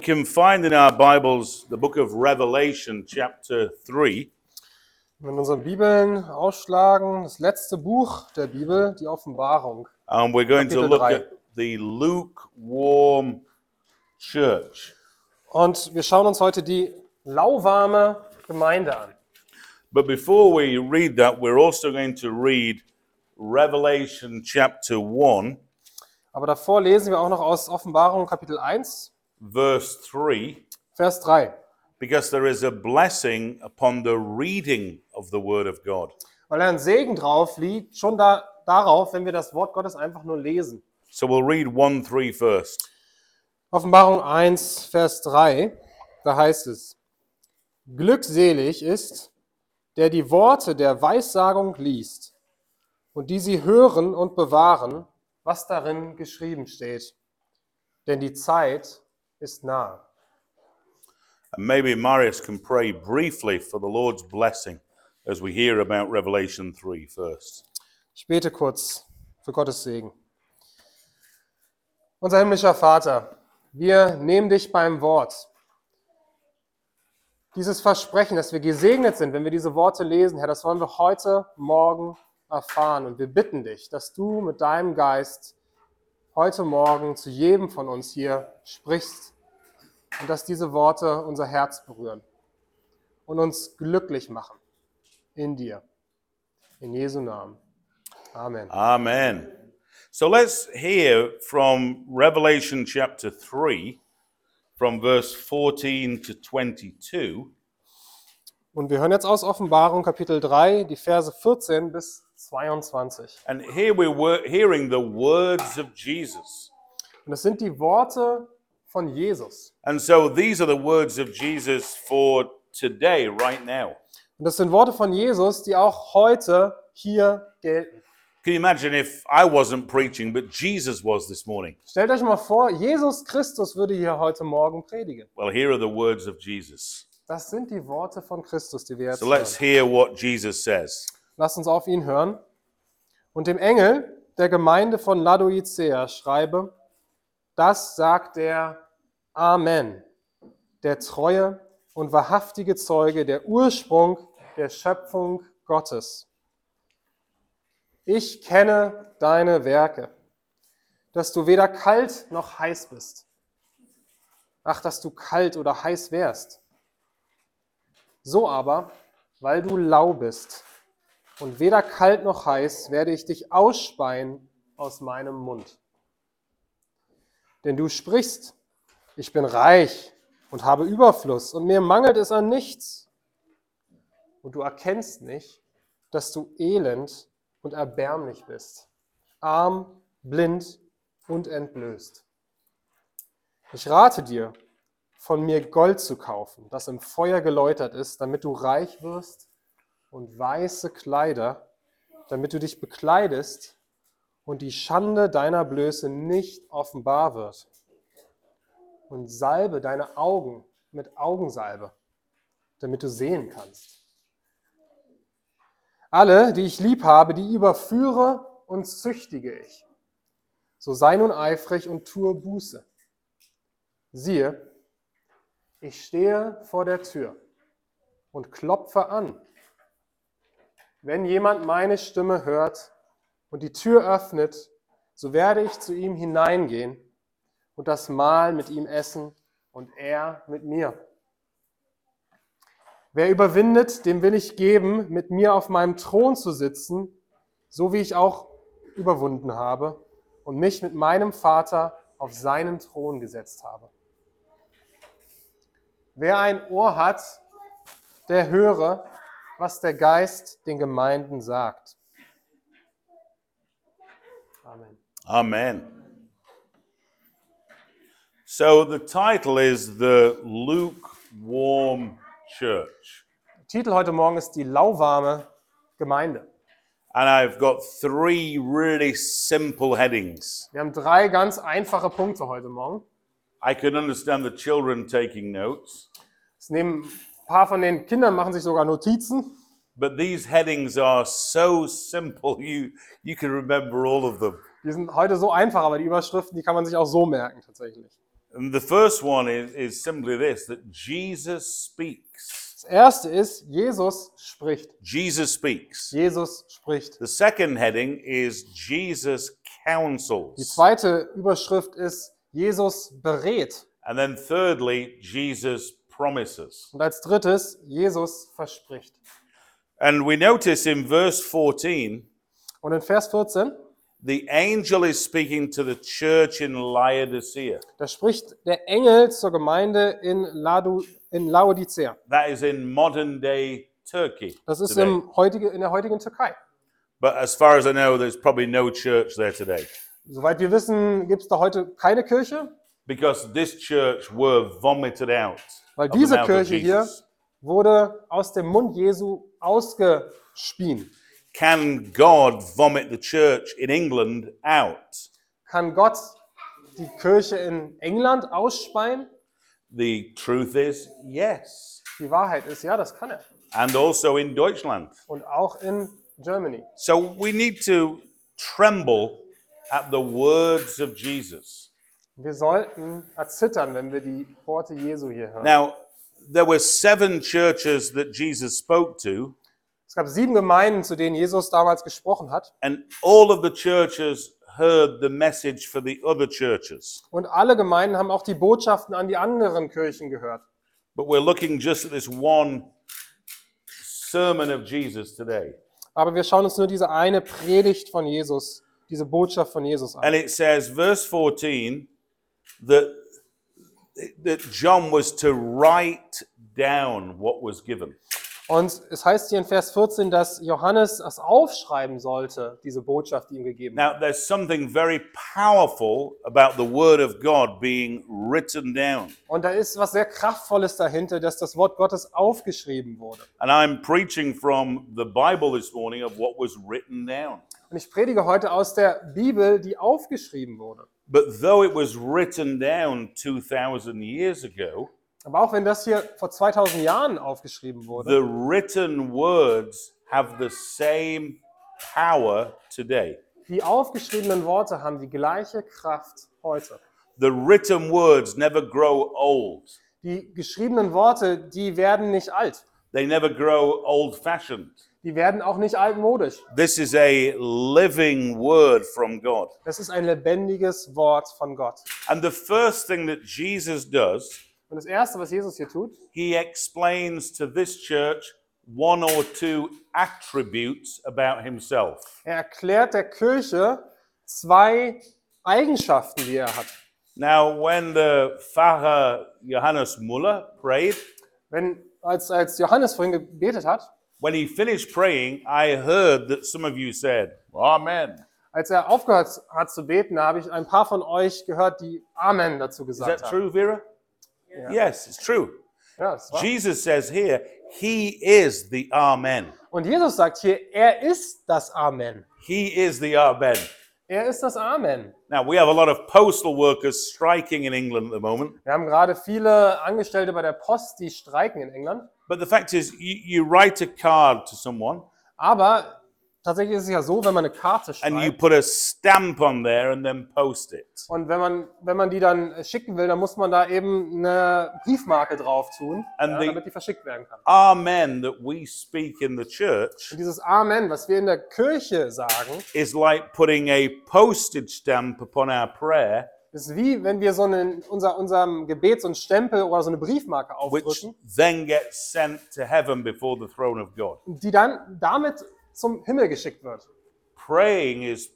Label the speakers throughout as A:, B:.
A: can find in our Bibles the book of Revelation, chapter 3.
B: Wenn unsere Bibeln ausschlagen, das letzte Buch der Bibel, die Offenbarung.
A: And we're going to
B: Kapitel
A: look
B: drei.
A: at the lukewarm church.
B: Und wir schauen uns heute die lauwarme Gemeinde an.
A: But before we read that, we're also going to read Revelation chapter 1,
B: Aber davor lesen wir auch noch aus Offenbarung Kapitel 1,
A: verse 3,
B: Vers 3.
A: because there is a blessing upon the reading of the Word of God.
B: Weil da ein Segen drauf liegt, schon da, darauf, wenn wir das Wort Gottes einfach nur lesen.
A: So we'll read 1 3 first.
B: Offenbarung 1, Vers 3, da heißt es, Glückselig ist, der die Worte der Weissagung liest und die sie hören und bewahren, was darin geschrieben steht. Denn die Zeit ist nahe.
A: And maybe Marius can pray briefly for the Lord's blessing as we hear about Revelation 3 first.
B: Ich bete kurz für Gottes Segen. Unser himmlischer Vater, wir nehmen dich beim Wort. Dieses Versprechen, dass wir gesegnet sind, wenn wir diese Worte lesen, Herr, das wollen wir heute Morgen erfahren. Und wir bitten dich, dass du mit deinem Geist heute Morgen zu jedem von uns hier sprichst und dass diese Worte unser Herz berühren und uns glücklich machen in dir. In Jesu Namen. Amen.
A: Amen. So let's hear from Revelation chapter 3, from verse 14 to 22.
B: Und wir hören jetzt aus Offenbarung Kapitel 3, die Verse 14 bis 22.
A: And here we were hearing the words of Jesus.
B: Und das sind die Worte von Jesus.
A: And so these are the words of Jesus for today, right now.
B: Und das sind Worte von Jesus, die auch heute hier gelten.
A: Can you imagine if I wasn't preaching, but Jesus was this morning?
B: Stellt euch mal vor, Jesus Christus würde hier heute Morgen predigen.
A: Well, here are the words of Jesus.
B: Das sind die Worte von Christus, die wir jetzt
A: So let's hear
B: hören.
A: what Jesus says.
B: Lasst uns auf ihn hören. Und dem Engel der Gemeinde von Laodicea schreibe, das sagt der Amen, der treue und wahrhaftige Zeuge, der Ursprung der Schöpfung Gottes. Ich kenne deine Werke, dass du weder kalt noch heiß bist. Ach, dass du kalt oder heiß wärst. So aber, weil du lau bist und weder kalt noch heiß, werde ich dich ausspeien aus meinem Mund. Denn du sprichst, ich bin reich und habe Überfluss und mir mangelt es an nichts. Und du erkennst nicht, dass du elend und erbärmlich bist, arm, blind und entblößt. Ich rate dir, von mir Gold zu kaufen, das im Feuer geläutert ist, damit du reich wirst und weiße Kleider, damit du dich bekleidest und die Schande deiner Blöße nicht offenbar wird. Und salbe deine Augen mit Augensalbe, damit du sehen kannst. Alle, die ich lieb habe, die überführe und züchtige ich. So sei nun eifrig und tue Buße. Siehe, ich stehe vor der Tür und klopfe an. Wenn jemand meine Stimme hört und die Tür öffnet, so werde ich zu ihm hineingehen und das Mahl mit ihm essen und er mit mir. Wer überwindet, dem will ich geben, mit mir auf meinem Thron zu sitzen, so wie ich auch überwunden habe und mich mit meinem Vater auf seinen Thron gesetzt habe. Wer ein Ohr hat, der höre, was der Geist den Gemeinden sagt. Amen.
A: Amen. So the title is The Lukewarm Church.
B: Titel heute Morgen ist die lauwarme Gemeinde.
A: And I've got three really simple headings.
B: Wir haben drei ganz einfache Punkte heute Morgen.
A: I can understand the children taking notes,
B: Es nehmen ein paar von den Kindern machen sich sogar Notizen.
A: but these headings are so simple you you can remember all of them.
B: Die sind heute so einfach, aber die Überschriften, die kann man sich auch so merken tatsächlich.
A: And the first one is, is simply this that Jesus speaks.
B: Das erste ist, Jesus spricht.
A: Jesus speaks.
B: Jesus spricht.
A: The second heading is Jesus
B: Die
A: counsels.
B: zweite Überschrift ist, Jesus berät.
A: And then thirdly, Jesus promises.
B: Und als drittes, Jesus verspricht.
A: And we notice in verse 14,
B: Und in Vers 14,
A: the angel is speaking to the church in Laodicea.
B: da spricht der Engel zur Gemeinde in, Ladu, in Laodicea.
A: That is in modern day Turkey.
B: Das ist
A: today.
B: im heutige, in der heutigen Türkei.
A: But as far as I know, there's probably no church there today
B: Soweit wir wissen, gibt es da heute keine Kirche,
A: because this church were vomited out.
B: Weil
A: of the
B: diese
A: mouth of
B: Kirche hier-
A: Jesus.
B: wurde aus dem Mund Jesu ausgespien.
A: Can God vomit the church in England out?
B: Kann Gott die Kirche in England ausspeien?
A: The truth is yes.
B: Die Wahrheit ist, ja, das kann er.
A: And also in Deutschland.
B: Und auch in Germany.
A: So we need to tremble at the words of Jesus.
B: Wir sollten erzittern, wenn wir die Worte Jesu hier hören.
A: Now, there were seven churches that Jesus spoke to,
B: Es gab sieben Gemeinden, zu denen Jesus damals gesprochen hat.
A: and all of the churches heard the message for the other churches.
B: Und alle Gemeinden haben auch die Botschaften an die anderen Kirchen gehört.
A: But we're looking just at this one sermon of Jesus today.
B: Aber wir schauen uns nur diese eine Predigt von Jesus, diese Botschaft von Jesus an.
A: And it says, verse 14, that, that John was to write down what was given.
B: Und es heißt hier in Vers 14, dass Johannes das aufschreiben sollte, diese Botschaft, die ihm gegeben wurde.
A: Now, there's something very powerful about the Word of God being written down.
B: Und da ist was sehr Kraftvolles dahinter, dass das Wort Gottes aufgeschrieben wurde.
A: And I'm preaching from the Bible this morning of what was written down.
B: Und ich predige heute aus der Bibel, die aufgeschrieben wurde.
A: But though it was written down 2,000 years ago,
B: Aber auch wenn das hier vor 2000 Jahren aufgeschrieben wurde,
A: the written words have the same power today.
B: die aufgeschriebenen Worte haben die gleiche Kraft heute.
A: The written words never grow old,
B: Die geschriebenen Worte, die werden nicht alt.
A: they never grow old fashioned.
B: Die werden auch nicht altmodisch.
A: This is a living word from God.
B: Das ist ein lebendiges Wort von Gott.
A: And the first thing that Jesus does,
B: Und das Erste, was Jesus hier tut,
A: he explains to this church one or two attributes about himself.
B: Er erklärt der Kirche zwei Eigenschaften, die er hat.
A: Now, when the Pfarrer Johannes Muller prayed,
B: Wenn, als, als Johannes vorhin gebetet hat,
A: when he finished praying, I heard that some of you said, Amen.
B: als er aufgehört hat zu beten, da habe ich ein paar von euch gehört, die Amen dazu
A: Is
B: gesagt
A: that true,
B: haben.
A: Vera? Yes, it's true.
B: Ja, das war.
A: Jesus says here, He is the Amen.
B: Und Jesus sagt hier, er ist das Amen.
A: He is the Amen.
B: Er ist das Amen.
A: Now, we have a lot of postal workers striking in England at the moment.
B: Wir haben gerade viele Angestellte bei der Post, die streiken in England.
A: But the fact is, you, you write a card to someone
B: Aber tatsächlich ist es ja so, wenn man eine Karte
A: and you
B: schreibt
A: put a stamp on there and then post it.
B: und wenn man, wenn man die dann äh, schicken will, dann muss man da eben eine Briefmarke drauf tun,
A: And
B: ja,
A: the-
B: damit die verschickt werden kann.
A: Amen that we speak in the church
B: Und dieses Amen, was wir in der Kirche sagen,
A: is like putting a postage stamp upon our prayer,
B: ist wie wenn wir so einen, unser, unserem Gebet so einen Stempel oder so eine Briefmarke
A: which
B: aufdrücken,
A: then gets sent to heaven before the throne of God.
B: die dann damit zum Himmel geschickt wird.
A: Praying is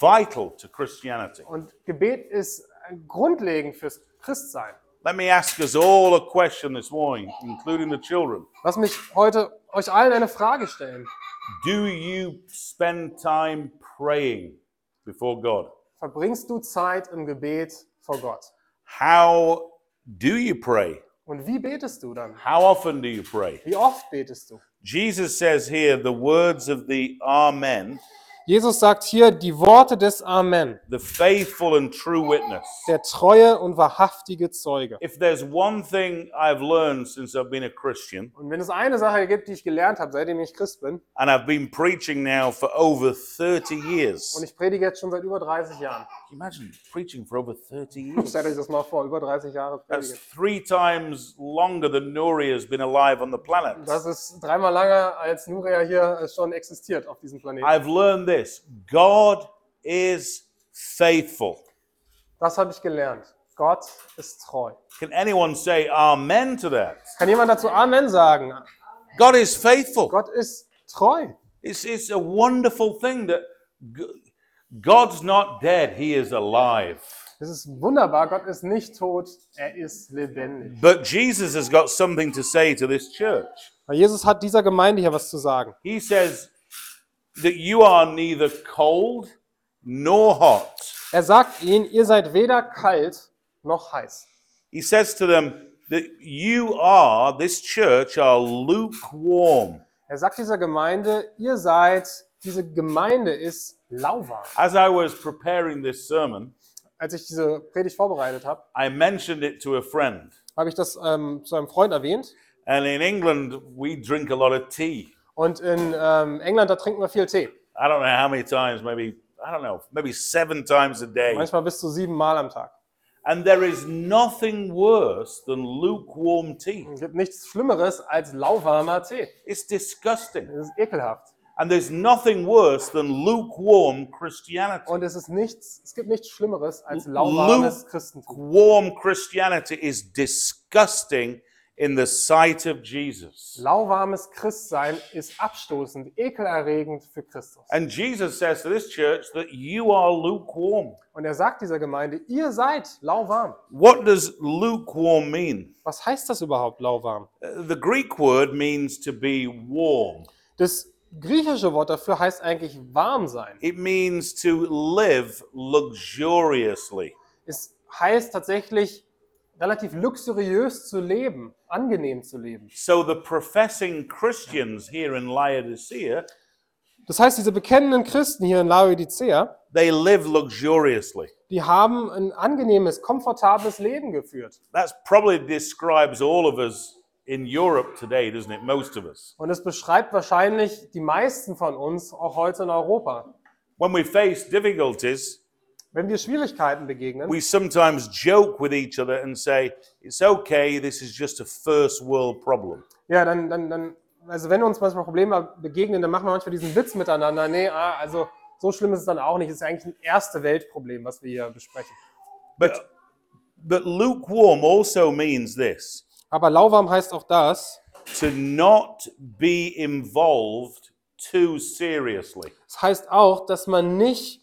A: vital to Christianity.
B: Und Gebet ist äh, grundlegend fürs Christsein.
A: Let me ask us all a question this morning, including the children.
B: Lass mich heute euch allen eine Frage stellen.
A: Do you spend time praying before God?
B: Verbringst du Zeit im Gebet vor Gott?
A: How do you pray?
B: Und wie betest du dann?
A: How often do you pray?
B: Wie oft betest du?
A: Jesus says here the words of the Amen
B: Jesus sagt hier die Worte des Amen,
A: the faithful and true witness.
B: der treue und wahrhaftige Zeuge.
A: If there's one thing I've learned since I've been a Christian,
B: Und wenn es eine Sache gibt, die ich gelernt habe, seitdem ich Christ bin,
A: and I've been preaching now for over 30 years.
B: und ich predige jetzt schon seit über 30 Jahren,
A: Can you Imagine preaching for over 30 years.
B: stellt euch das mal vor, über 30 Jahre
A: That's
B: predigen.
A: three times longer than Nuri has been alive on the planet.
B: Das ist dreimal länger, als Nuria hier äh, schon existiert auf diesem Planeten.
A: I've learned this God is faithful.
B: Das habe ich gelernt. Gott ist treu.
A: Can anyone say amen to that?
B: Kann jemand dazu Amen sagen?
A: God is faithful.
B: Gott ist treu.
A: It's, it's a wonderful thing that G- God's not dead, He is alive.
B: Das ist wunderbar. Gott ist nicht tot, er ist lebendig.
A: But Jesus has got something to say to this church.
B: Weil Jesus hat dieser Gemeinde hier was zu sagen.
A: He says that you are neither cold nor hot.
B: Er sagt ihnen, ihr seid weder kalt noch heiß.
A: He says to them that you are, this church, are lukewarm.
B: Er sagt dieser Gemeinde, ihr seid, diese Gemeinde ist lauwarm.
A: As I was preparing this sermon,
B: Als ich diese Predigt vorbereitet habe,
A: I mentioned it to a friend.
B: habe ich das ähm, zu einem Freund erwähnt.
A: And in England, we drink a lot of tea.
B: Und in ähm, England, da trinken wir viel Tee.
A: I don't know how many times, maybe, I don't know, maybe seven times a day.
B: Manchmal bis zu sieben Mal am Tag.
A: And there is nothing worse than lukewarm tea.
B: Es gibt nichts Schlimmeres als lauwarmer Tee.
A: It's disgusting.
B: Das ist ekelhaft.
A: And there's nothing worse than lukewarm Christianity.
B: Und es ist nichts, es gibt nichts Schlimmeres als lauwarmes Christentum.
A: Warm Christianity is disgusting in the sight of Jesus.
B: Lauwarmes Christsein ist abstoßend, ekelerregend für Christus.
A: And Jesus says to this church that you are lukewarm.
B: Und er sagt dieser Gemeinde, ihr seid lauwarm.
A: What does lukewarm mean?
B: Was heißt das überhaupt, lauwarm?
A: Uh, The Greek word means to be warm.
B: Das griechische Wort dafür heißt eigentlich warm sein.
A: It means to live luxuriously.
B: Es heißt tatsächlich relativ luxuriös zu leben, angenehm zu leben.
A: So the professing Christians here in Laodicea,
B: Das heißt, diese bekennenden Christen hier in Laodicea,
A: they live luxuriously.
B: die haben ein angenehmes, komfortables Leben geführt.
A: That's probably describes all of us in Europe today, doesn't it? Most of us.
B: Und es beschreibt wahrscheinlich die meisten von uns auch heute in Europa.
A: When we face difficulties,
B: Wenn wir Schwierigkeiten begegnen,
A: we sometimes joke with each other and say, it's okay, this is just a first world problem.
B: ja, dann, dann, dann, also wenn uns manchmal Probleme begegnen, dann machen wir manchmal diesen Witz miteinander. Nee, ah, also so schlimm ist es dann auch nicht. Es ist eigentlich ein erste Weltproblem, was wir hier besprechen.
A: But, but lukewarm also means this
B: Aber lauwarm heißt auch das.
A: to not be involved too seriously.
B: Das heißt auch, dass man nicht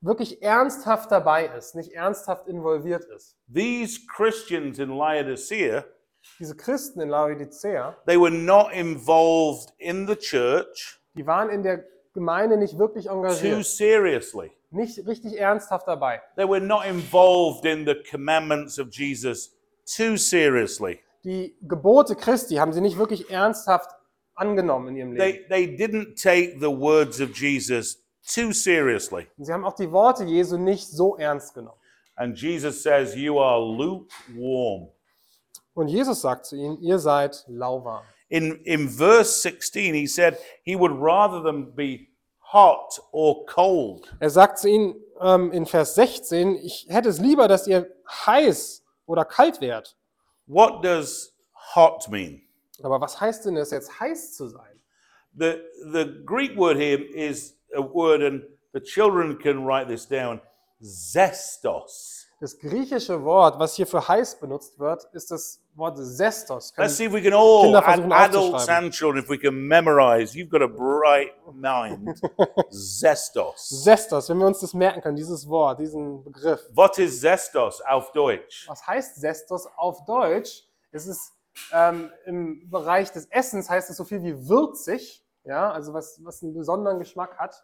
B: wirklich ernsthaft dabei ist, nicht ernsthaft involviert ist.
A: These Christians in Laodicea,
B: Diese Christen in Laodicea,
A: they were not involved in the church
B: die waren in der Gemeinde nicht wirklich
A: too
B: engagiert,
A: seriously.
B: nicht richtig ernsthaft dabei.
A: They were not involved in the commandments of Jesus too seriously.
B: Die Gebote Christi haben sie nicht wirklich ernsthaft angenommen in ihrem
A: They,
B: Leben.
A: they didn't take the words of Jesus too seriously.
B: Und sie haben auch die Worte Jesu nicht so ernst genommen.
A: And Jesus says, You are lukewarm.
B: Und Jesus sagt zu ihnen, ihr seid lauwarm.
A: In, in verse 16, he said he would rather than be hot or cold.
B: Er sagt zu ihnen ähm, in Vers 16, ich hätte es lieber, dass ihr heiß oder kalt wärt.
A: What does hot mean?
B: Aber was heißt denn das jetzt, heiß zu sein?
A: The, the Greek word here is a word, and the children can write this down zestos.
B: Das griechische Wort, was hier für heiß benutzt wird, ist das Wort Sestos.
A: Let's see if we can all,
B: Kinder
A: ad-
B: versuchen
A: adults
B: aufzuschreiben.
A: and children, if we can memorize. You've got a bright mind. Zestos.
B: Sestos, wenn wir uns das merken können, dieses Wort, diesen Begriff.
A: What is Zestos auf Deutsch?
B: Was heißt Sestos auf Deutsch? Es ist ähm, im Bereich des Essens heißt es so viel wie würzig, ja, also was, was einen besonderen Geschmack hat.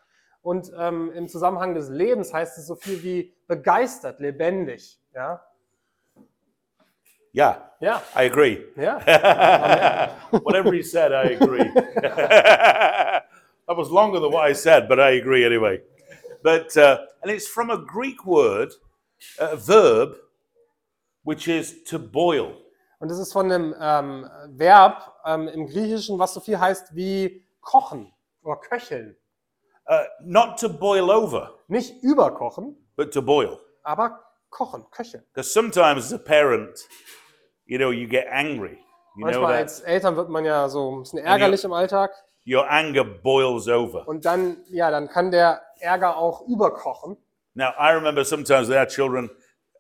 B: Und ähm, im Zusammenhang des Lebens heißt es so viel wie begeistert, lebendig, ja.
A: Yeah,
B: Ja,
A: I agree.
B: ja.
A: Whatever he said, I agree. How was longer than what I said, but I agree anyway. But uh, and it's from a Greek word, a verb, which is to boil.
B: Und das ist von einem ähm, Verb ähm, im Griechischen, was so viel heißt wie kochen oder köcheln.
A: Uh, not to boil over,
B: Nicht überkochen,
A: but to boil.
B: aber kochen, köcheln.
A: Because sometimes as a parent, you know, you get angry. You know
B: Manchmal
A: that
B: als Eltern wird man ja so ein bisschen ärgerlich im Alltag
A: your anger boils over.
B: und dann, ja, dann kann der Ärger auch überkochen.
A: Now I remember sometimes with our children,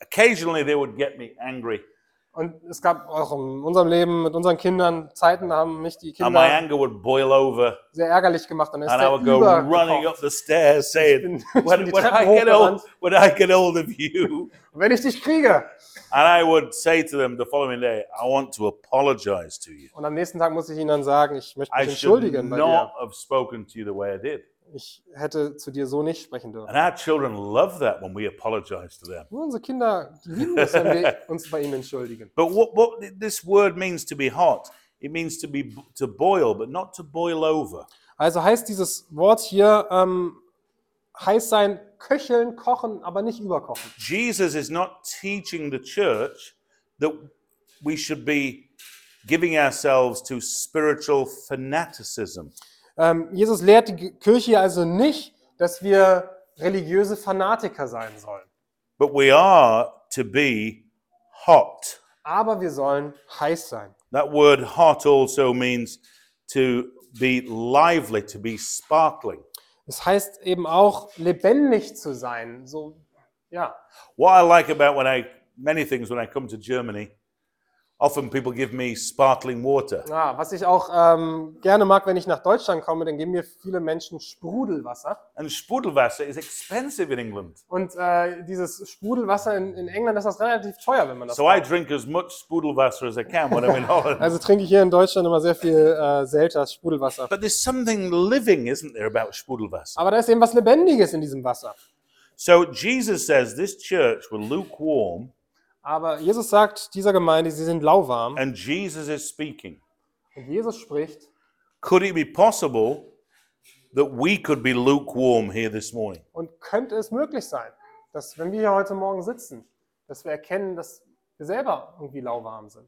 A: occasionally they would get me angry,
B: Und es gab auch in unserem Leben mit unseren Kindern Zeiten, da haben mich die
A: and my
B: Kinder
A: anger would boil over,
B: sehr ärgerlich gemacht. Und dann ist
A: and I
B: der
A: would go running
B: übergekocht.
A: up the stairs saying,
B: bin- ich bin
A: when,
B: die
A: when I
B: Treppe
A: get old,
B: hochgerannt.
A: when I get old of you,
B: Und wenn ich dich kriege.
A: and I would say to them the following day, I want to apologize to you.
B: Und am nächsten Tag muss ich ihnen dann sagen, ich möchte
A: I
B: mich
A: should
B: entschuldigen bei
A: not
B: dir.
A: have spoken to you the way I did.
B: Ich hätte zu dir so nicht sprechen dürfen.
A: And our children love that when we apologize to them.
B: Nur unsere Kinder lieben es, wenn wir uns bei ihnen entschuldigen.
A: But what, what th- this word means to be hot, it means to be b- to boil, but not to boil over.
B: Also heißt dieses Wort hier ähm, heiß sein, köcheln, kochen, aber nicht überkochen.
A: Jesus is not teaching the church that we should be giving ourselves to spiritual fanaticism.
B: Ähm, Jesus lehrt die G- Kirche also nicht, dass wir religiöse Fanatiker sein sollen.
A: But we are to be hot.
B: Aber wir sollen heiß sein.
A: That word hot also means to be lively, to be sparkling.
B: Es heißt eben auch, lebendig zu sein. So, ja.
A: What I like about when I, many things when I come to Germany, often people give me sparkling water.
B: ja was ich auch ähm, gerne mag, wenn ich nach Deutschland komme, dann geben mir viele Menschen Sprudelwasser.
A: And Sprudelwasser is expensive in England.
B: Und äh, dieses Sprudelwasser in, in England das ist das relativ teuer, wenn man das
A: So I drink as much Sprudelwasser as I can when I'm in Holland.
B: Also trinke ich hier in Deutschland immer sehr viel äh, Selters, Sprudelwasser.
A: But there's something living, isn't there, about Sprudelwasser?
B: Aber da ist eben was Lebendiges in diesem Wasser.
A: So Jesus says this church were lukewarm,
B: Aber Jesus sagt dieser Gemeinde, sie sind lauwarm.
A: and Jesus is speaking.
B: Und Jesus spricht.
A: Could it be possible that we could be lukewarm here this morning?
B: Und könnte es möglich sein, dass wenn wir hier heute Morgen sitzen, dass wir erkennen, dass wir selber irgendwie lauwarm sind.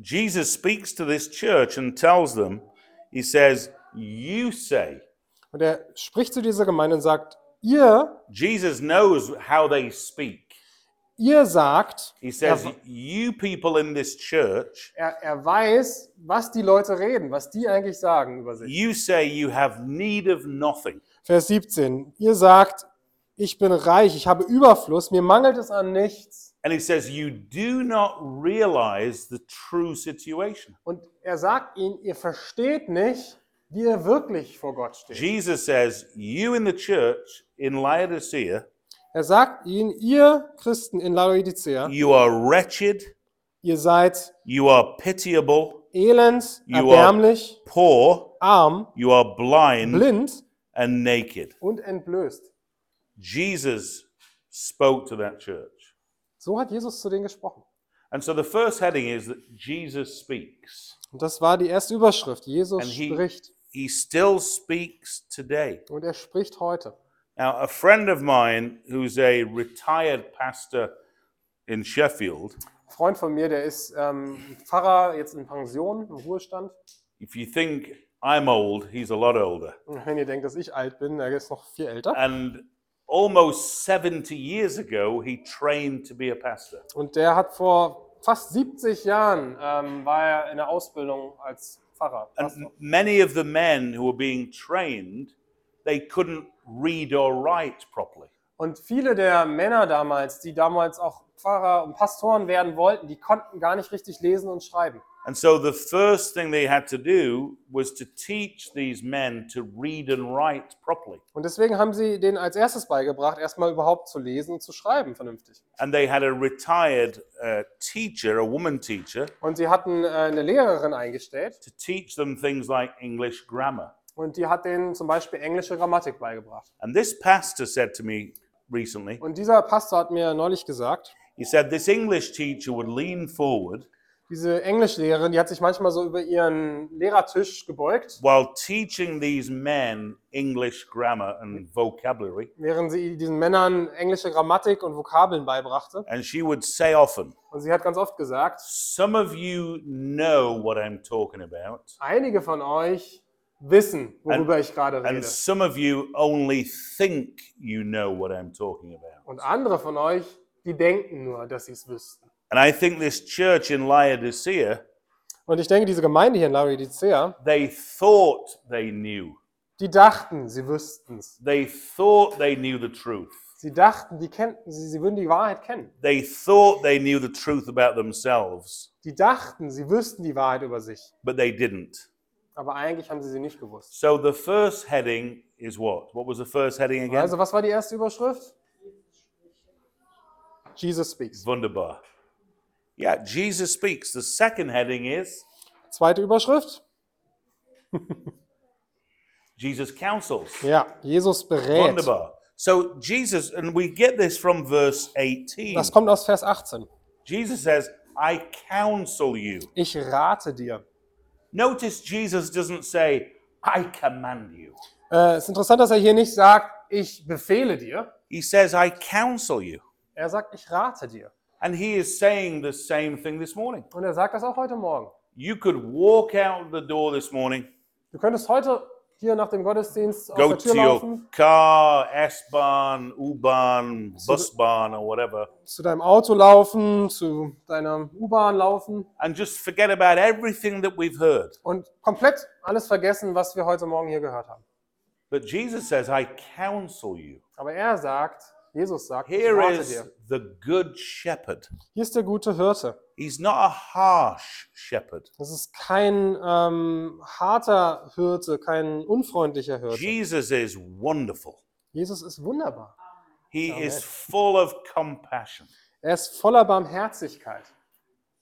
A: Jesus speaks to this church and tells them, He says, You say.
B: Und er spricht zu dieser Gemeinde und sagt, ihr,
A: Jesus knows how they speak.
B: ihr sagt,
A: He says,
B: er,
A: You people in this church,
B: er, er weiß, was die Leute reden, was die eigentlich sagen über sich.
A: you say you have need of nothing.
B: Vers 17, ihr sagt, ich bin reich, ich habe Überfluss, mir mangelt es an nichts.
A: And he says, You do not realize the true situation.
B: Und er sagt ihnen, ihr versteht nicht, wie ihr wirklich vor Gott steht.
A: Jesus says, You in the church in Laodicea,
B: Er sagt ihnen, ihr Christen in Laodicea,
A: you are wretched,
B: ihr seid
A: you are pitiable,
B: elend,
A: You are-
B: erbärmlich,
A: poor,
B: arm,
A: you are blind,
B: blind
A: and naked.
B: und entblößt.
A: Jesus spoke to that church.
B: So hat Jesus zu denen gesprochen.
A: And so the first heading is that Jesus speaks.
B: Und das war die erste Überschrift. Jesus
A: And he-
B: spricht.
A: He still speaks today.
B: Und er spricht heute.
A: Now, a friend of mine who's a retired pastor in Sheffield,
B: Ein Freund von mir, der ist ähm, Pfarrer, jetzt in Pension, im Ruhestand.
A: if you think I'm old, he's a lot older.
B: Und wenn ihr denkt, dass ich alt bin, er ist noch viel älter.
A: And almost 70 years ago, he trained to be a pastor.
B: Und der hat vor fast 70 Jahren, ähm, war er in der Ausbildung als Pfarrer.
A: And many of the men who were being trained, they couldn't read or write properly.
B: Und viele der Männer damals, die damals auch Pfarrer und Pastoren werden wollten, die konnten gar nicht richtig lesen und schreiben.
A: And so the first thing they had to do was to teach these men to read and write properly.
B: Und deswegen haben sie denen als erstes beigebracht, erstmal überhaupt zu lesen und zu schreiben vernünftig.
A: And they had a retired uh, teacher, a woman teacher,
B: Und sie hatten äh, eine Lehrerin eingestellt
A: to teach them things like English grammar.
B: und die hat denen zum Beispiel englische Grammatik beigebracht.
A: And this pastor said to me recently,
B: Und dieser Pastor hat mir neulich gesagt,
A: He said this English teacher would lean forward
B: Diese Englischlehrerin, die hat sich manchmal so über ihren Lehrertisch gebeugt,
A: while teaching these men English grammar and vocabulary.
B: während sie diesen Männern englische Grammatik und Vokabeln beibrachte.
A: And she would say often,
B: Und sie hat ganz oft gesagt,
A: Some of you know what I'm talking about,
B: einige von euch wissen, worüber ich gerade
A: and
B: rede.
A: some of you only think you know what I'm talking about.
B: Und andere von euch, die denken nur, dass sie es wüssten.
A: And I think this church in Laodicea,
B: Und ich denke, diese Gemeinde hier in Laodicea,
A: they thought they knew.
B: die dachten, sie wüssten es.
A: They thought they knew the truth.
B: Sie dachten, die kennten sie, sie würden die Wahrheit kennen.
A: They thought they knew the truth about themselves,
B: Die dachten, sie wüssten die Wahrheit über sich.
A: but they didn't.
B: Aber eigentlich haben sie sie nicht gewusst.
A: So the first heading is what? What was the first heading again?
B: Also, was war die erste Überschrift? Jesus speaks.
A: Wunderbar. Yeah, Jesus speaks. The second heading is
B: Zweite Überschrift?
A: Jesus counsels.
B: Ja, Jesus berät.
A: Wunderbar. So Jesus, and we get this from verse 18.
B: Das kommt aus Vers 18.
A: Jesus says, I counsel you.
B: Ich rate dir.
A: Notice Jesus doesn't say, I command you.
B: Äh, es ist interessant, dass er hier nicht sagt, ich befehle dir.
A: He says, I counsel you.
B: Er sagt, ich rate dir.
A: And he is saying the same thing this morning.
B: Und er sagt das auch heute Morgen.
A: You could walk out the door this morning,
B: Du könntest heute hier nach dem Gottesdienst aus
A: go
B: der
A: to
B: Tür
A: your
B: laufen,
A: car, S-Bahn, U-Bahn, bus-bahn, or whatever,
B: zu deinem Auto laufen, zu deiner U-Bahn laufen
A: and just forget about everything that we've heard.
B: und komplett alles vergessen, was wir heute Morgen hier gehört haben.
A: But Jesus says, I counsel you.
B: Aber er sagt, Jesus sagt, ich
A: Here
B: rate
A: is
B: dir.
A: the good shepherd.
B: Hier ist der gute Hirte.
A: He's not a harsh shepherd.
B: Das ist kein ähm, harter Hirte, kein unfreundlicher Hirte.
A: Jesus is wonderful.
B: Jesus ist wunderbar.
A: He
B: Amen.
A: is full of compassion.
B: Er ist voller Barmherzigkeit.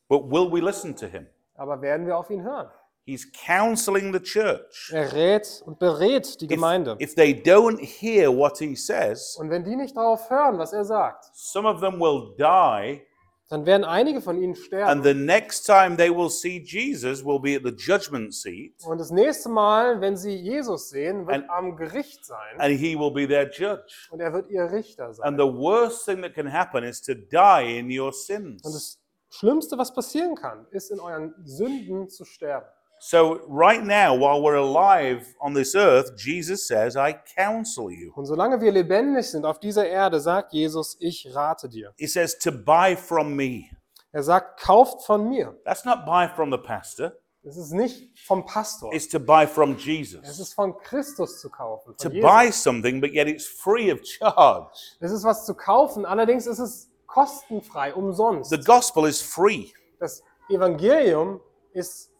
A: But will we listen to him?
B: Aber werden wir auf ihn hören?
A: He's counseling the church.
B: Er rät und berät die
A: If,
B: Gemeinde.
A: if they don't hear what he says,
B: Und wenn die nicht darauf hören, was er sagt,
A: some of them will die,
B: dann werden einige von ihnen sterben.
A: and the next time they will see Jesus will be at the judgment seat,
B: Und das nächste Mal, wenn sie Jesus sehen, wird
A: Ein-
B: am Gericht sein
A: and he will be their judge.
B: und er wird ihr Richter sein.
A: And the worst thing that can happen is to die in your
B: Und
A: sins.
B: das Schlimmste, was passieren kann, ist in euren Sünden zu sterben.
A: So, right now, while we're alive on this earth, Jesus says, I counsel you.
B: Und solange wir lebendig sind auf dieser Erde, sagt Jesus, ich rate dir.
A: He says, to buy from me.
B: Er sagt, kauft von mir.
A: That's not buy from the pastor,
B: Es ist nicht vom Pastor.
A: it's to buy from
B: Es
A: Jesus.
B: ist von Christus zu kaufen.
A: To
B: Von
A: buy
B: Jesus.
A: something, but yet it's free of charge.
B: Es ist was zu kaufen, allerdings ist es kostenfrei, umsonst.
A: The gospel is free.
B: Das Evangelium ist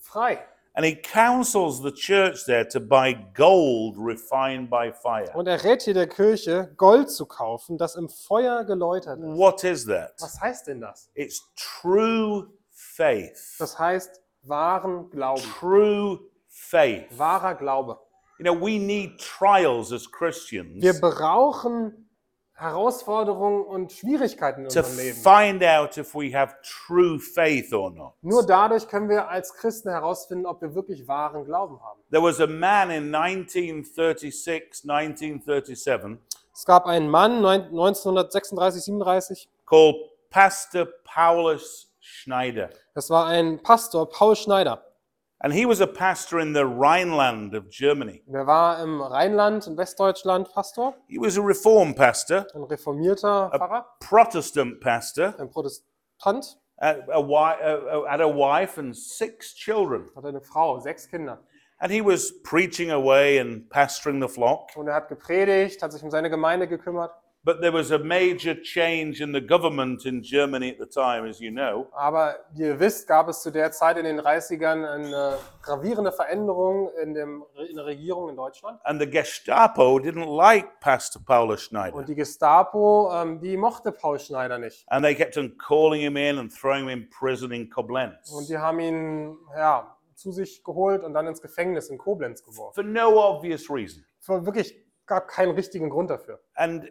B: frei.
A: And he counsels the church there to buy gold refined by fire.
B: Und er rät hier der Kirche, Gold zu kaufen, das im Feuer geläutert ist.
A: What is that?
B: Was heißt denn das?
A: It's true faith.
B: Das heißt wahren Glauben,
A: True faith.
B: wahrer Glaube.
A: You know, we need trials as Christians
B: Wir brauchen Herausforderungen und Schwierigkeiten in
A: to
B: unserem Leben.
A: find out if we have true faith or not.
B: Nur dadurch können wir als Christen herausfinden, ob wir wirklich wahren Glauben haben.
A: There was a man in 1936, 1937
B: Es gab einen Mann neun- 1936, 37.
A: called Pastor Paulus Schneider.
B: Das war ein Pastor, Paul Schneider.
A: And he was a pastor in the Rhineland of Germany.
B: Der war im Rheinland, in Westdeutschland Pastor,
A: He was a reform pastor,
B: ein reformierter Pfarrer,
A: Protestant pastor,
B: ein Protestant.
A: a, a, wi- a, a, had a wife and six children.
B: Hatte eine Frau, sechs Kinder.
A: And he was preaching away and pastoring the flock.
B: Und er hat gepredigt, hat sich um seine Gemeinde gekümmert.
A: But there was a major change in the government in Germany at the time, as you know.
B: Aber wie ihr wisst, gab es zu der Zeit in den 30ern eine gravierende Veränderung in, dem, in der Regierung in Deutschland.
A: And the Gestapo didn't like Pastor Paulus Schneider.
B: Und die Gestapo, ähm, die mochte Paul Schneider nicht.
A: And they kept on calling him in and throwing him in prison in
B: Und
A: Koblenz.
B: die haben ihn ja, zu sich geholt und dann ins Gefängnis in Koblenz geworfen.
A: For no obvious reason.
B: Es war wirklich, gab keinen richtigen Grund dafür.
A: And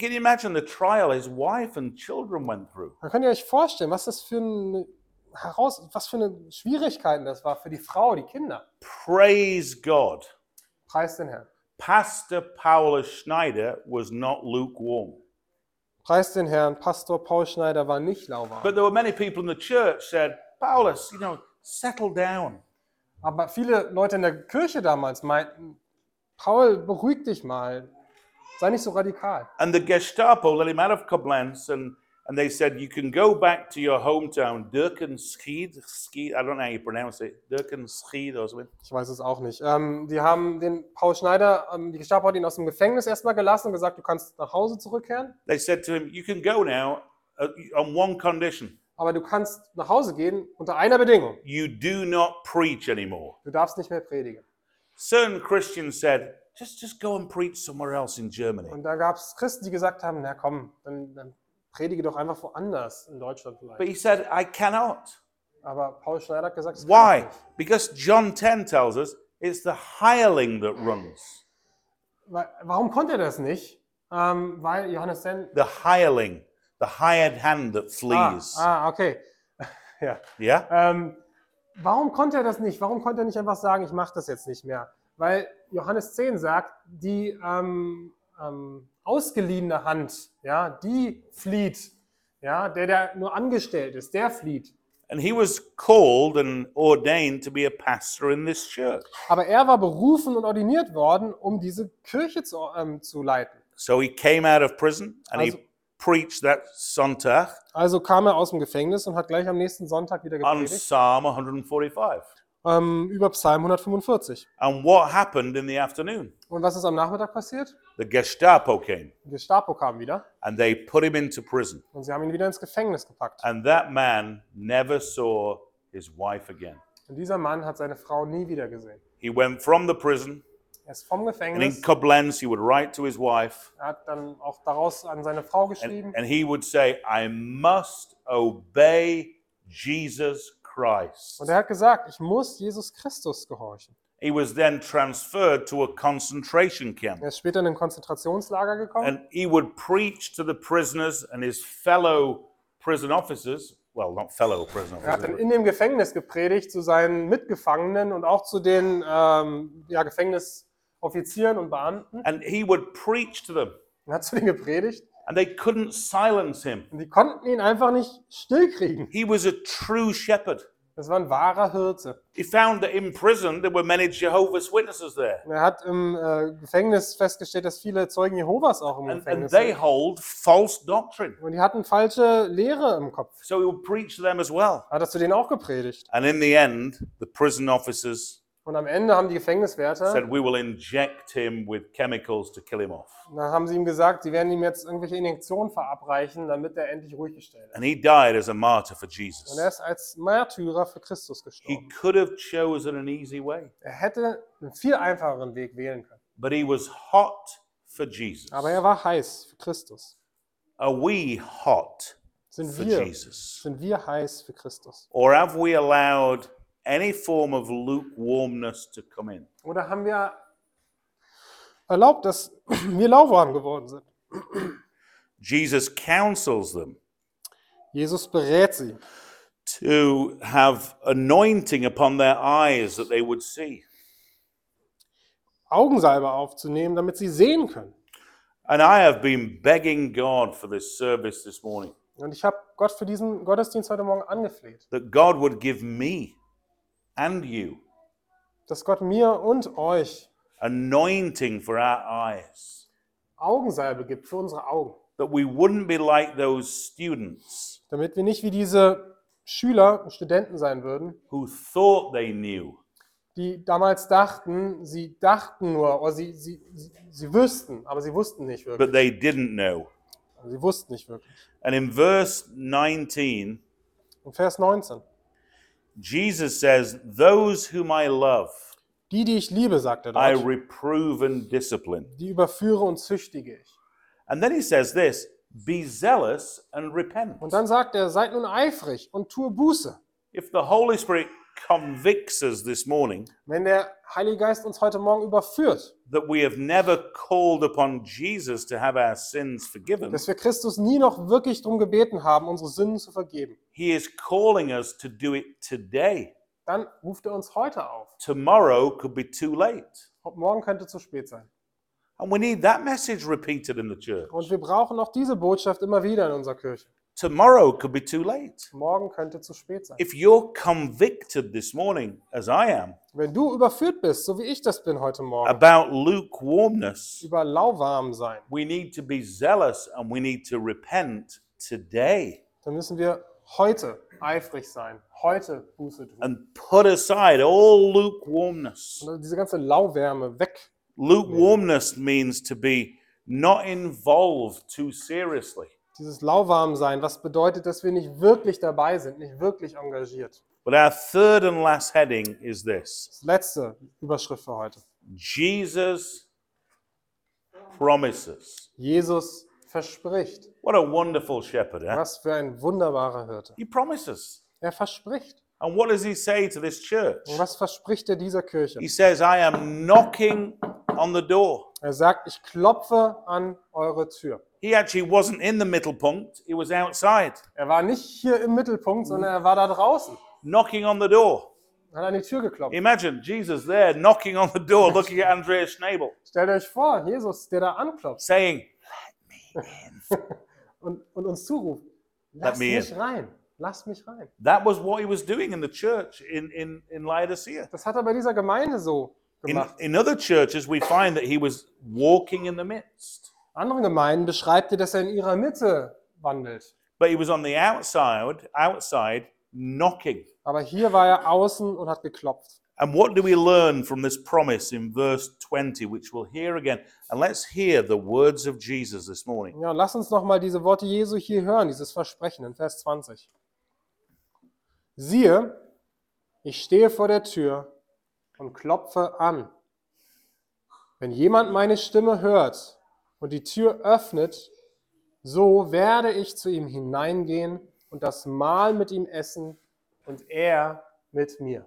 A: can you imagine the trial his wife and children went through?
B: Dann könnt ihr euch vorstellen, was das für eine heraus, was für eine Schwierigkeiten das war für die Frau, die Kinder.
A: Praise God.
B: Preis den Herrn.
A: Pastor Paula Schneider was not lukewarm.
B: Preis den Herrn. Pastor Paul Schneider war nicht lauwarm.
A: But there were many people in the church said, Paulus, you know, settle down.
B: Aber viele Leute in der Kirche damals meinten, Paul, beruhig dich mal. Sei nicht so radikal.
A: And the Gestapo let him out of Koblenz and, and they said, you can go back to your hometown, Dirkenskied, Skied, I don't know how you pronounce it, Dirkenskied or something.
B: Ich weiß es auch nicht. Ähm, die haben den Paul Schneider, ähm, die Gestapo hat ihn aus dem Gefängnis erstmal gelassen und gesagt, du kannst nach Hause zurückkehren,
A: They said to him, you can go now uh, on one condition.
B: aber du kannst nach Hause gehen unter einer Bedingung.
A: You do not preach anymore.
B: Du darfst nicht mehr predigen.
A: Certain Christians said, just, just go and preach somewhere else in Germany.
B: Und da gab es Christen, die gesagt haben, na komm, dann, dann predige doch einfach woanders, in Deutschland
A: But
B: vielleicht.
A: he said, I cannot.
B: Aber Paul Schneider hat gesagt, das kann ich
A: Why?
B: nicht.
A: Because John 10 tells us it's the hireling that runs.
B: Wa- Warum konnte er das nicht? Ähm, weil Johannes Sen.
A: The hireling, the hired hand that
B: Ah,
A: flees.
B: ah, okay. ja.
A: Yeah?
B: Ähm, warum konnte er das nicht? Warum konnte er nicht einfach sagen, ich mache das jetzt nicht mehr? Weil Johannes 10 sagt, die ähm, ähm, ausgeliehene Hand, ja, die flieht. Ja, der, der nur angestellt ist, der flieht.
A: And he was called and ordained to be a pastor in this church.
B: Aber er war berufen und ordiniert worden, um diese Kirche zu, ähm, zu leiten.
A: So he came out of prison and
B: Also-
A: he preached that Sonntag
B: Also kam er aus dem Gefängnis und hat gleich am nächsten Sonntag wieder
A: on
B: gepredigt
A: Psalm 145.
B: ähm, über Psalm 145.
A: And what happened in the afternoon?
B: Und was ist am Nachmittag passiert?
A: The Gestapo came
B: Die Gestapo kam wieder
A: and they put him into prison.
B: und sie haben ihn wieder ins Gefängnis gepackt.
A: And that man never saw his wife again.
B: Und dieser Mann hat seine Frau nie wieder gesehen.
A: He went from the prison
B: Er ist vom
A: And in
B: Gefängnis.
A: Koblenz, he would write to his wife,
B: Er hat dann auch daraus an seine Frau geschrieben.
A: and, and he would say, I must obey Jesus Christ.
B: Und er hat gesagt, ich muss Jesus Christus gehorchen.
A: He was then transferred to a concentration camp,
B: Er ist später in ein Konzentrationslager gekommen
A: and he would preach to the prisoners and his fellow prison officers. Well, not fellow prison
B: Er hat dann
A: officers.
B: in dem Gefängnis gepredigt zu seinen Mitgefangenen und auch zu den ähm, ja, Gefängnisoffizieren und Beamten.
A: And he would preach to them,
B: Er hat zu denen gepredigt
A: and they couldn't silence him.
B: und die konnten ihn einfach nicht stillkriegen.
A: He was a true shepherd.
B: Das war ein wahrer Hirte.
A: He found that in prison there were many Jehovah's Witnesses there,
B: Und er hat im äh, Gefängnis festgestellt, dass viele Zeugen Jehovas auch im
A: and, and
B: Gefängnis
A: they
B: sind.
A: hold false doctrine.
B: Und die hatten falsche Lehre im Kopf.
A: So he would preach to them as well.
B: Hat er zu denen auch gepredigt.
A: And in the end, the prison officers
B: Und am Ende haben die Gefängniswärter,
A: said, We will inject him with chemicals to kill him off.
B: dann haben sie ihm gesagt, sie werden ihm jetzt irgendwelche Injektionen verabreichen, damit er endlich ruhig gestellt ist.
A: And he died as a martyr for Jesus.
B: Und er ist als Märtyrer für Christus
A: He
B: gestorben.
A: could have chosen an easy way,
B: Er hätte einen viel einfacheren Weg wählen können.
A: but he was hot for Jesus.
B: Aber er war heiß für Christus.
A: Are we hot
B: Sind
A: for
B: wir,
A: Jesus?
B: sind wir heiß für Christus?
A: Or have we allowed any form of lukewarmness to come in?
B: Oder haben wir erlaubt, dass wir lauwarm geworden sind?
A: Jesus counsels them
B: Jesus berät sie,
A: to have anointing upon their eyes that they would see.
B: Augensalbe aufzunehmen, damit sie sehen können.
A: And I have been begging God for this service this morning
B: Und ich habe Gott für diesen Gottesdienst heute Morgen angefleht.
A: that God would give me and you
B: dass Gott mir und euch
A: anointing for our eyes,
B: Augensalbe gibt für unsere Augen,
A: that we wouldn't be like those students
B: damit wir nicht wie diese Schüler und Studenten sein würden,
A: who thought they knew,
B: die damals dachten, sie dachten nur, oder sie, sie, sie, sie wüssten, aber sie wussten nicht wirklich.
A: but they didn't know.
B: Sie wussten nicht wirklich.
A: And in verse 19,
B: Und Vers 19.
A: Jesus says, Those whom I love,
B: Die, die ich liebe, sagt er
A: I
B: dort,
A: reprove and discipline.
B: die überführe und züchtige ich.
A: And then he says this be zealous and repent.
B: Und dann sagt er, seid nun eifrig und tue Buße.
A: If the Holy Spirit convicts us this morning
B: Wenn der Heilige Geist uns heute Morgen überführt,
A: that we have never called upon Jesus to have our sins forgiven,
B: dass wir Christus nie noch wirklich darum gebeten haben, unsere Sünden zu vergeben,
A: He is calling us to do it today.
B: dann ruft er uns heute auf.
A: Tomorrow could be too late.
B: Heute Morgen könnte zu spät sein.
A: And we need that message repeated in the church.
B: Und wir brauchen auch diese Botschaft immer wieder in unserer Kirche.
A: Tomorrow could be too late.
B: Morgen könnte zu spät sein.
A: If you're convicted this morning, as I am,
B: Wenn du überführt bist, so wie ich das bin heute Morgen,
A: about lukewarmness,
B: über lauwarm sein,
A: we need to be zealous and we need to repent today
B: dann müssen wir heute eifrig sein, heute Buße tun.
A: and put aside all lukewarmness.
B: Und diese ganze Lauwärme weg.
A: Lukewarmness means to be not involved too seriously,
B: Dieses lauwarm sein, was bedeutet, dass wir nicht wirklich dabei sind, nicht wirklich engagiert.
A: But our third and last heading is this
B: Das letzte Überschrift für heute.
A: Jesus promises.
B: Jesus verspricht.
A: What a wonderful shepherd. Eh?
B: Was für ein wunderbarer Hirte.
A: He promises.
B: Er verspricht.
A: And what does he say to this church?
B: Und was verspricht er dieser Kirche?
A: He says, I am knocking on the door.
B: Er sagt, ich klopfe an eure Tür.
A: He actually wasn't in the middle punct, he was outside,
B: Er war nicht hier im Mittelpunkt, sondern er war da draußen.
A: knocking on the door.
B: Hat an die Tür geklopft.
A: Imagine Jesus there knocking on the door, looking at Andreas Schnabel,
B: Stellt euch vor, Jesus, der da anklopft
A: saying,
B: und, und uns zuruft. Lass
A: me
B: mich
A: in.
B: rein. Lass mich rein.
A: That was what he was doing in the church in, in, in Laodicea.
B: Das hat er bei dieser Gemeinde so
A: In,
B: gemacht.
A: in other churches, we find that he was walking in the midst,
B: Anderen Gemeinden beschreibt er, dass er in ihrer Mitte wandelt.
A: but he was on the outside, outside knocking.
B: Aber hier war er außen und hat geklopft.
A: And what do we learn from this promise in verse 20, which we'll hear again? And let's hear the words of Jesus this morning.
B: Ja, und lass uns nochmal diese Worte Jesu hier hören, dieses Versprechen in Vers 20. Siehe, ich stehe vor der Tür und klopfe an. Wenn jemand meine Stimme hört und die Tür öffnet, so werde ich zu ihm hineingehen und das Mahl mit ihm essen und er mit mir.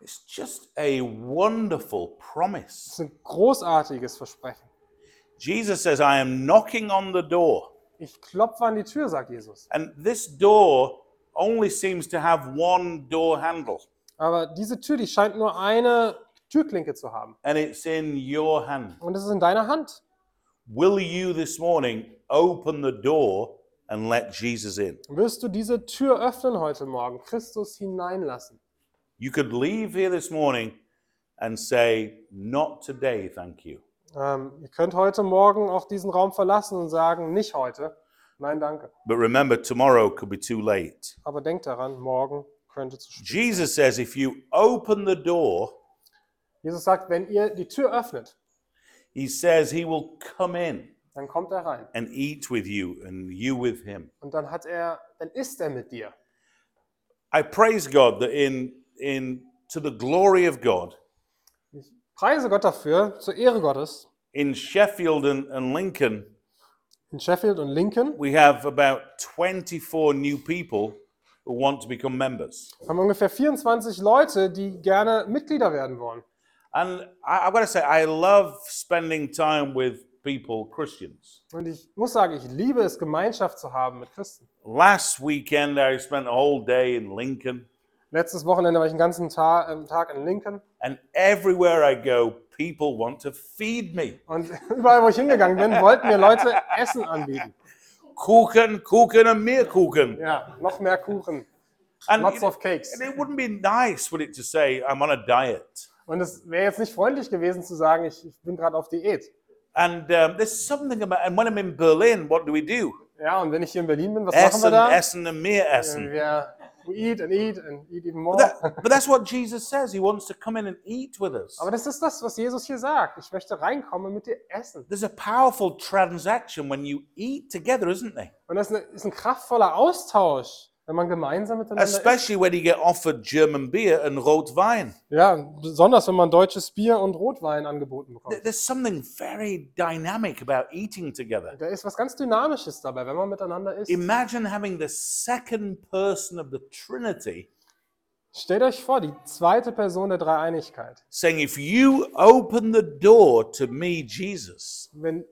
A: It's just a wonderful promise.
B: Das ist ein großartiges Versprechen.
A: Jesus says, I am knocking on the door.
B: Ich klopfe an die Tür, sagt Jesus.
A: And this door only seems to have one door handle,
B: Aber diese Tür, die scheint nur eine Türklinke zu haben.
A: and it's in your hand.
B: Und es ist in deiner Hand.
A: Will you this morning open the door and let Jesus in?
B: Wirst du diese Tür öffnen heute Morgen, Christus hineinlassen?
A: You could leave here this morning and say, Not today, thank you.
B: Ähm, ihr könnt heute Morgen auch diesen Raum verlassen und sagen, nicht heute. Nein, danke.
A: But remember, tomorrow could be too late.
B: Aber denkt daran, morgen könnte zu spät.
A: Jesus says, If you open the door,
B: Jesus sagt, wenn ihr die Tür öffnet,
A: he says he will come in
B: dann kommt er rein.
A: and eat with you and you with him.
B: Und dann hat er, dann ist er mit dir.
A: I praise God that in in to the glory of God
B: Ich preise Gott dafür, zur Ehre Gottes.
A: in Sheffield and, and Lincoln
B: In Sheffield und Lincoln
A: we have about 24 new people who want to become members.
B: haben ungefähr 24 Leute, die gerne Mitglieder werden wollen.
A: And I, I've got to say, I love spending time with people, Christians.
B: Und ich muss sagen, ich liebe es, Gemeinschaft zu haben mit Christen.
A: Last weekend, I spent a whole day in Lincoln,
B: Letztes Wochenende war ich den ganzen Ta ähm, Tag in Lincoln.
A: and everywhere I go, people want to feed me.
B: Und überall, wo ich hingegangen bin, wollten mir Leute Essen anbieten.
A: Kuchen, Kuchen, and mehr Kuchen.
B: Ja, noch mehr Kuchen,
A: And,
B: lots
A: you know,
B: of cakes.
A: and it wouldn't be nice, would it, to say, I'm on a diet?
B: Und es wäre jetzt nicht freundlich gewesen zu sagen, ich, ich bin gerade auf Diät.
A: And um, there's something about, and when I'm in Berlin, what do we do?
B: Ja, und wenn ich hier in Berlin bin, was machen wir
A: Essen,
B: da?
A: Essen, and mehr Essen.
B: Wir we eat and eat and eat even more.
A: That- but that's what Jesus says. He wants to come in and eat with us.
B: Aber das ist das, was Jesus hier sagt. Ich möchte reinkommen und mit dir essen.
A: There's a powerful transaction when you eat together, isn't there?
B: Und das ist, eine, ist ein kraftvoller Austausch, wenn man gemeinsam miteinander isst.
A: especially when you get offered German beer and Rotwein.
B: Ja, besonders wenn man deutsches Bier und Rotwein angeboten
A: Th-
B: bekommt.
A: There's something very dynamic about eating together.
B: Da ist was ganz Dynamisches dabei, wenn man miteinander isst.
A: Imagine having the second person of the Trinity
B: Stellt euch vor, die zweite Person der Dreieinigkeit.
A: saying, If you open the door to me, Jesus,
B: Wenn,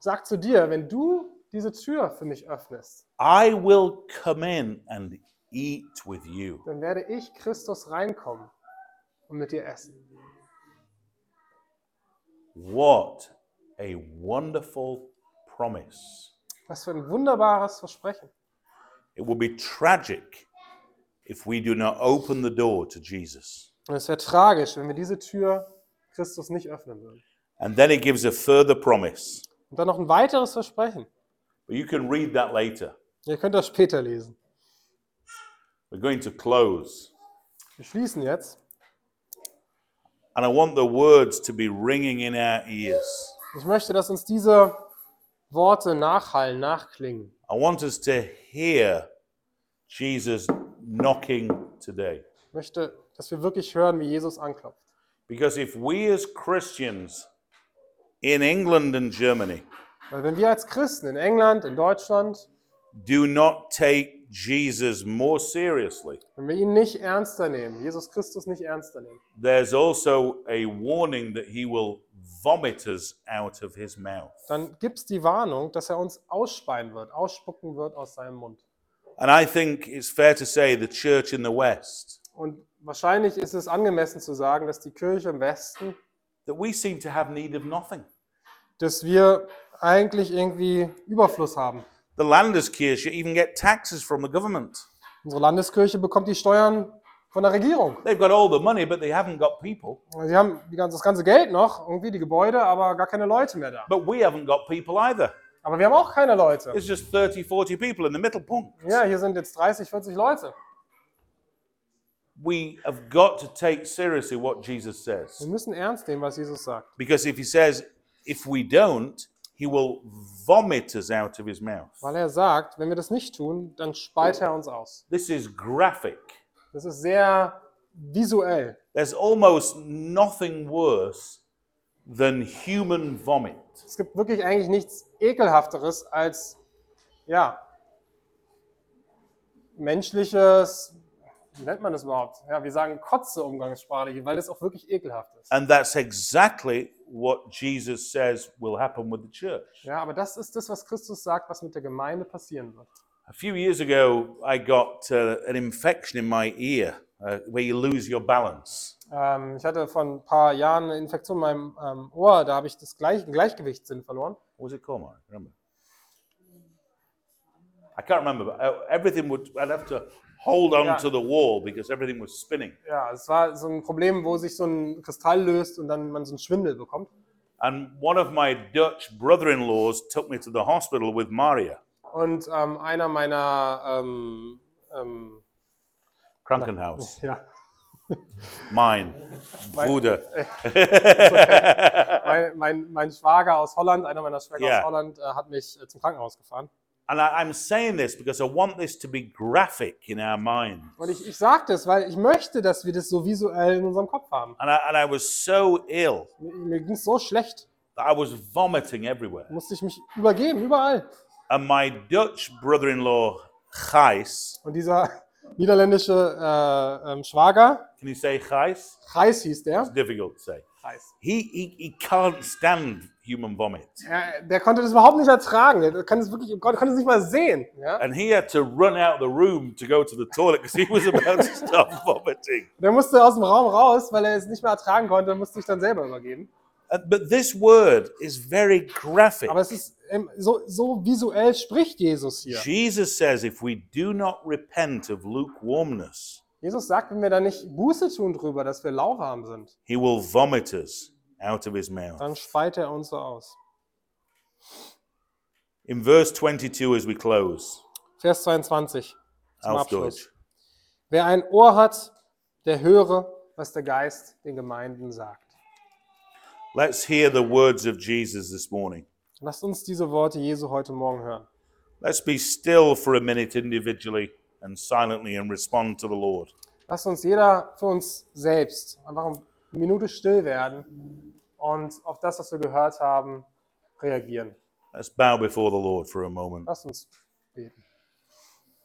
B: sagt zu dir, wenn du diese Tür für mich öffnest,
A: I will come in and eat with you.
B: dann werde ich Christus reinkommen und mit dir essen.
A: What a wonderful promise.
B: Was für ein wunderbares Versprechen.
A: It will be tragic if we do not open the door to Jesus.
B: Und es wäre tragisch, wenn wir diese Tür Christus nicht öffnen würden.
A: And then it gives a further promise.
B: Und dann noch ein weiteres Versprechen.
A: But you can read that later.
B: Ihr könnt das später lesen.
A: We're going to close.
B: Wir schließen jetzt.
A: And I want the words to be ringing in our ears.
B: Ich möchte, dass uns diese Worte nachhallen, nachklingen.
A: I want us to hear Jesus knocking today.
B: Ich möchte, dass wir wirklich hören, wie Jesus anklopft.
A: Because if we as Christians in England and Germany
B: Weil wenn wir als Christen in England, in Deutschland,
A: do not take Jesus more seriously,
B: wenn wir ihn nicht ernster nehmen, Jesus Christus nicht ernster nehmen,
A: there's also a warning that he will vomit us out of his mouth.
B: dann gibt es die Warnung, dass er uns ausspeien wird, ausspucken wird aus seinem Mund.
A: And I think it's fair to say the church in the West,
B: Und wahrscheinlich ist es angemessen zu sagen, dass die Kirche im Westen,
A: that we seem to have need of nothing.
B: dass wir eigentlich irgendwie Überfluss haben.
A: The Landeskirche even get taxes from the government.
B: Unsere Landeskirche bekommt die Steuern von der Regierung.
A: They've got all the money, but they haven't got people.
B: Sie haben die ganze, das ganze Geld noch, irgendwie die Gebäude, aber gar keine Leute mehr da.
A: But we haven't got people either.
B: Aber wir haben auch keine Leute.
A: It's just 30, 40 people in the middle point.
B: Ja, hier sind jetzt 30, 40 Leute.
A: We have got to take seriously what Jesus
B: Wir
A: says.
B: müssen ernst nehmen, was Jesus sagt.
A: Because if he says, if we don't, he will vomit us out of his mouth.
B: Weil er sagt, wenn wir das nicht tun, dann speit er uns aus.
A: This is graphic.
B: Das ist sehr visuell.
A: There's almost nothing worse than human vomit.
B: Es gibt wirklich eigentlich nichts ekelhafteres als ja menschliches wie nennt man das überhaupt? Ja, wir sagen Kotze umgangssprachlich, weil das auch wirklich ekelhaft ist.
A: And that's exactly what Jesus says will happen with the church.
B: Ja, aber das ist das, was Christus sagt, was mit der Gemeinde passieren wird.
A: A few years ago, I got uh, an infection in my ear uh, where you lose your balance.
B: Ähm, ich hatte vor ein paar Jahren eine Infektion in meinem ähm, Ohr, da habe ich das Gleich Gleichgewichtssinn verloren.
A: What was it called, Mark? Remember? I can't remember, but uh, everything would, I'd have to hold on
B: Yeah.
A: to the wall because everything was spinning.
B: Ja, es war so ein Problem, wo sich so ein Kristall löst und dann man so einen Schwindel bekommt.
A: And one of my Dutch brother in laws took me to the hospital with Maria
B: Und ähm, einer meiner, ähm, ähm,
A: Krankenhaus.
B: ja,
A: Mine. Bruder.
B: mein, mein, mein Schwager aus Holland, einer meiner Schwäger
A: Ja.
B: aus Holland, äh, hat mich äh, zum Krankenhaus gefahren.
A: And I, I'm saying this because I want this to be graphic in our mind.
B: Und ich, ich sage das, weil ich möchte, dass wir das so visuell in unserem Kopf haben.
A: And I, and I was so ill
B: Mir, mir ging es so schlecht,
A: that I was vomiting everywhere.
B: musste ich mich übergeben, überall.
A: And my Dutch brother in law, Gijs,
B: Und dieser niederländische äh, ähm, Schwager,
A: can you say Gijs?
B: Kreis hieß der.
A: It's difficult to say.
B: Kreis.
A: He, he, he can't stand human vomit.
B: Ja, der konnte das überhaupt nicht ertragen. Der kann es wirklich, Gott konnte es nicht mal sehen. Ja?
A: And he had to run out of the room to go to the toilet because he was about to start vomiting.
B: Der musste aus dem Raum raus, weil er es nicht mehr ertragen konnte und musste sich dann selber übergeben.
A: And- but this word is very graphic.
B: Aber es ist ähm, so, so visuell spricht Jesus hier.
A: Jesus says, if we do not repent of lukewarmness,
B: Jesus sagt, wenn wir da nicht Buße tun drüber, dass wir lauwarm sind,
A: he will vomit us out of his mouth.
B: dann speit er uns so aus.
A: In verse 22, as we close,
B: Vers 22 zum
A: Alf
B: Abschluss.
A: Deutsch.
B: Wer ein Ohr hat, der höre, was der Geist den Gemeinden sagt.
A: Let's hear the words of Jesus this morning.
B: Lasst uns diese Worte Jesu heute Morgen hören.
A: Let's be still for a minute individually and silently and respond to the Lord.
B: Lass uns jeder für uns selbst einfach eine Minute still werden und auf das, was wir gehört haben, reagieren.
A: Let's bow before the Lord for a moment.
B: Lass uns beten.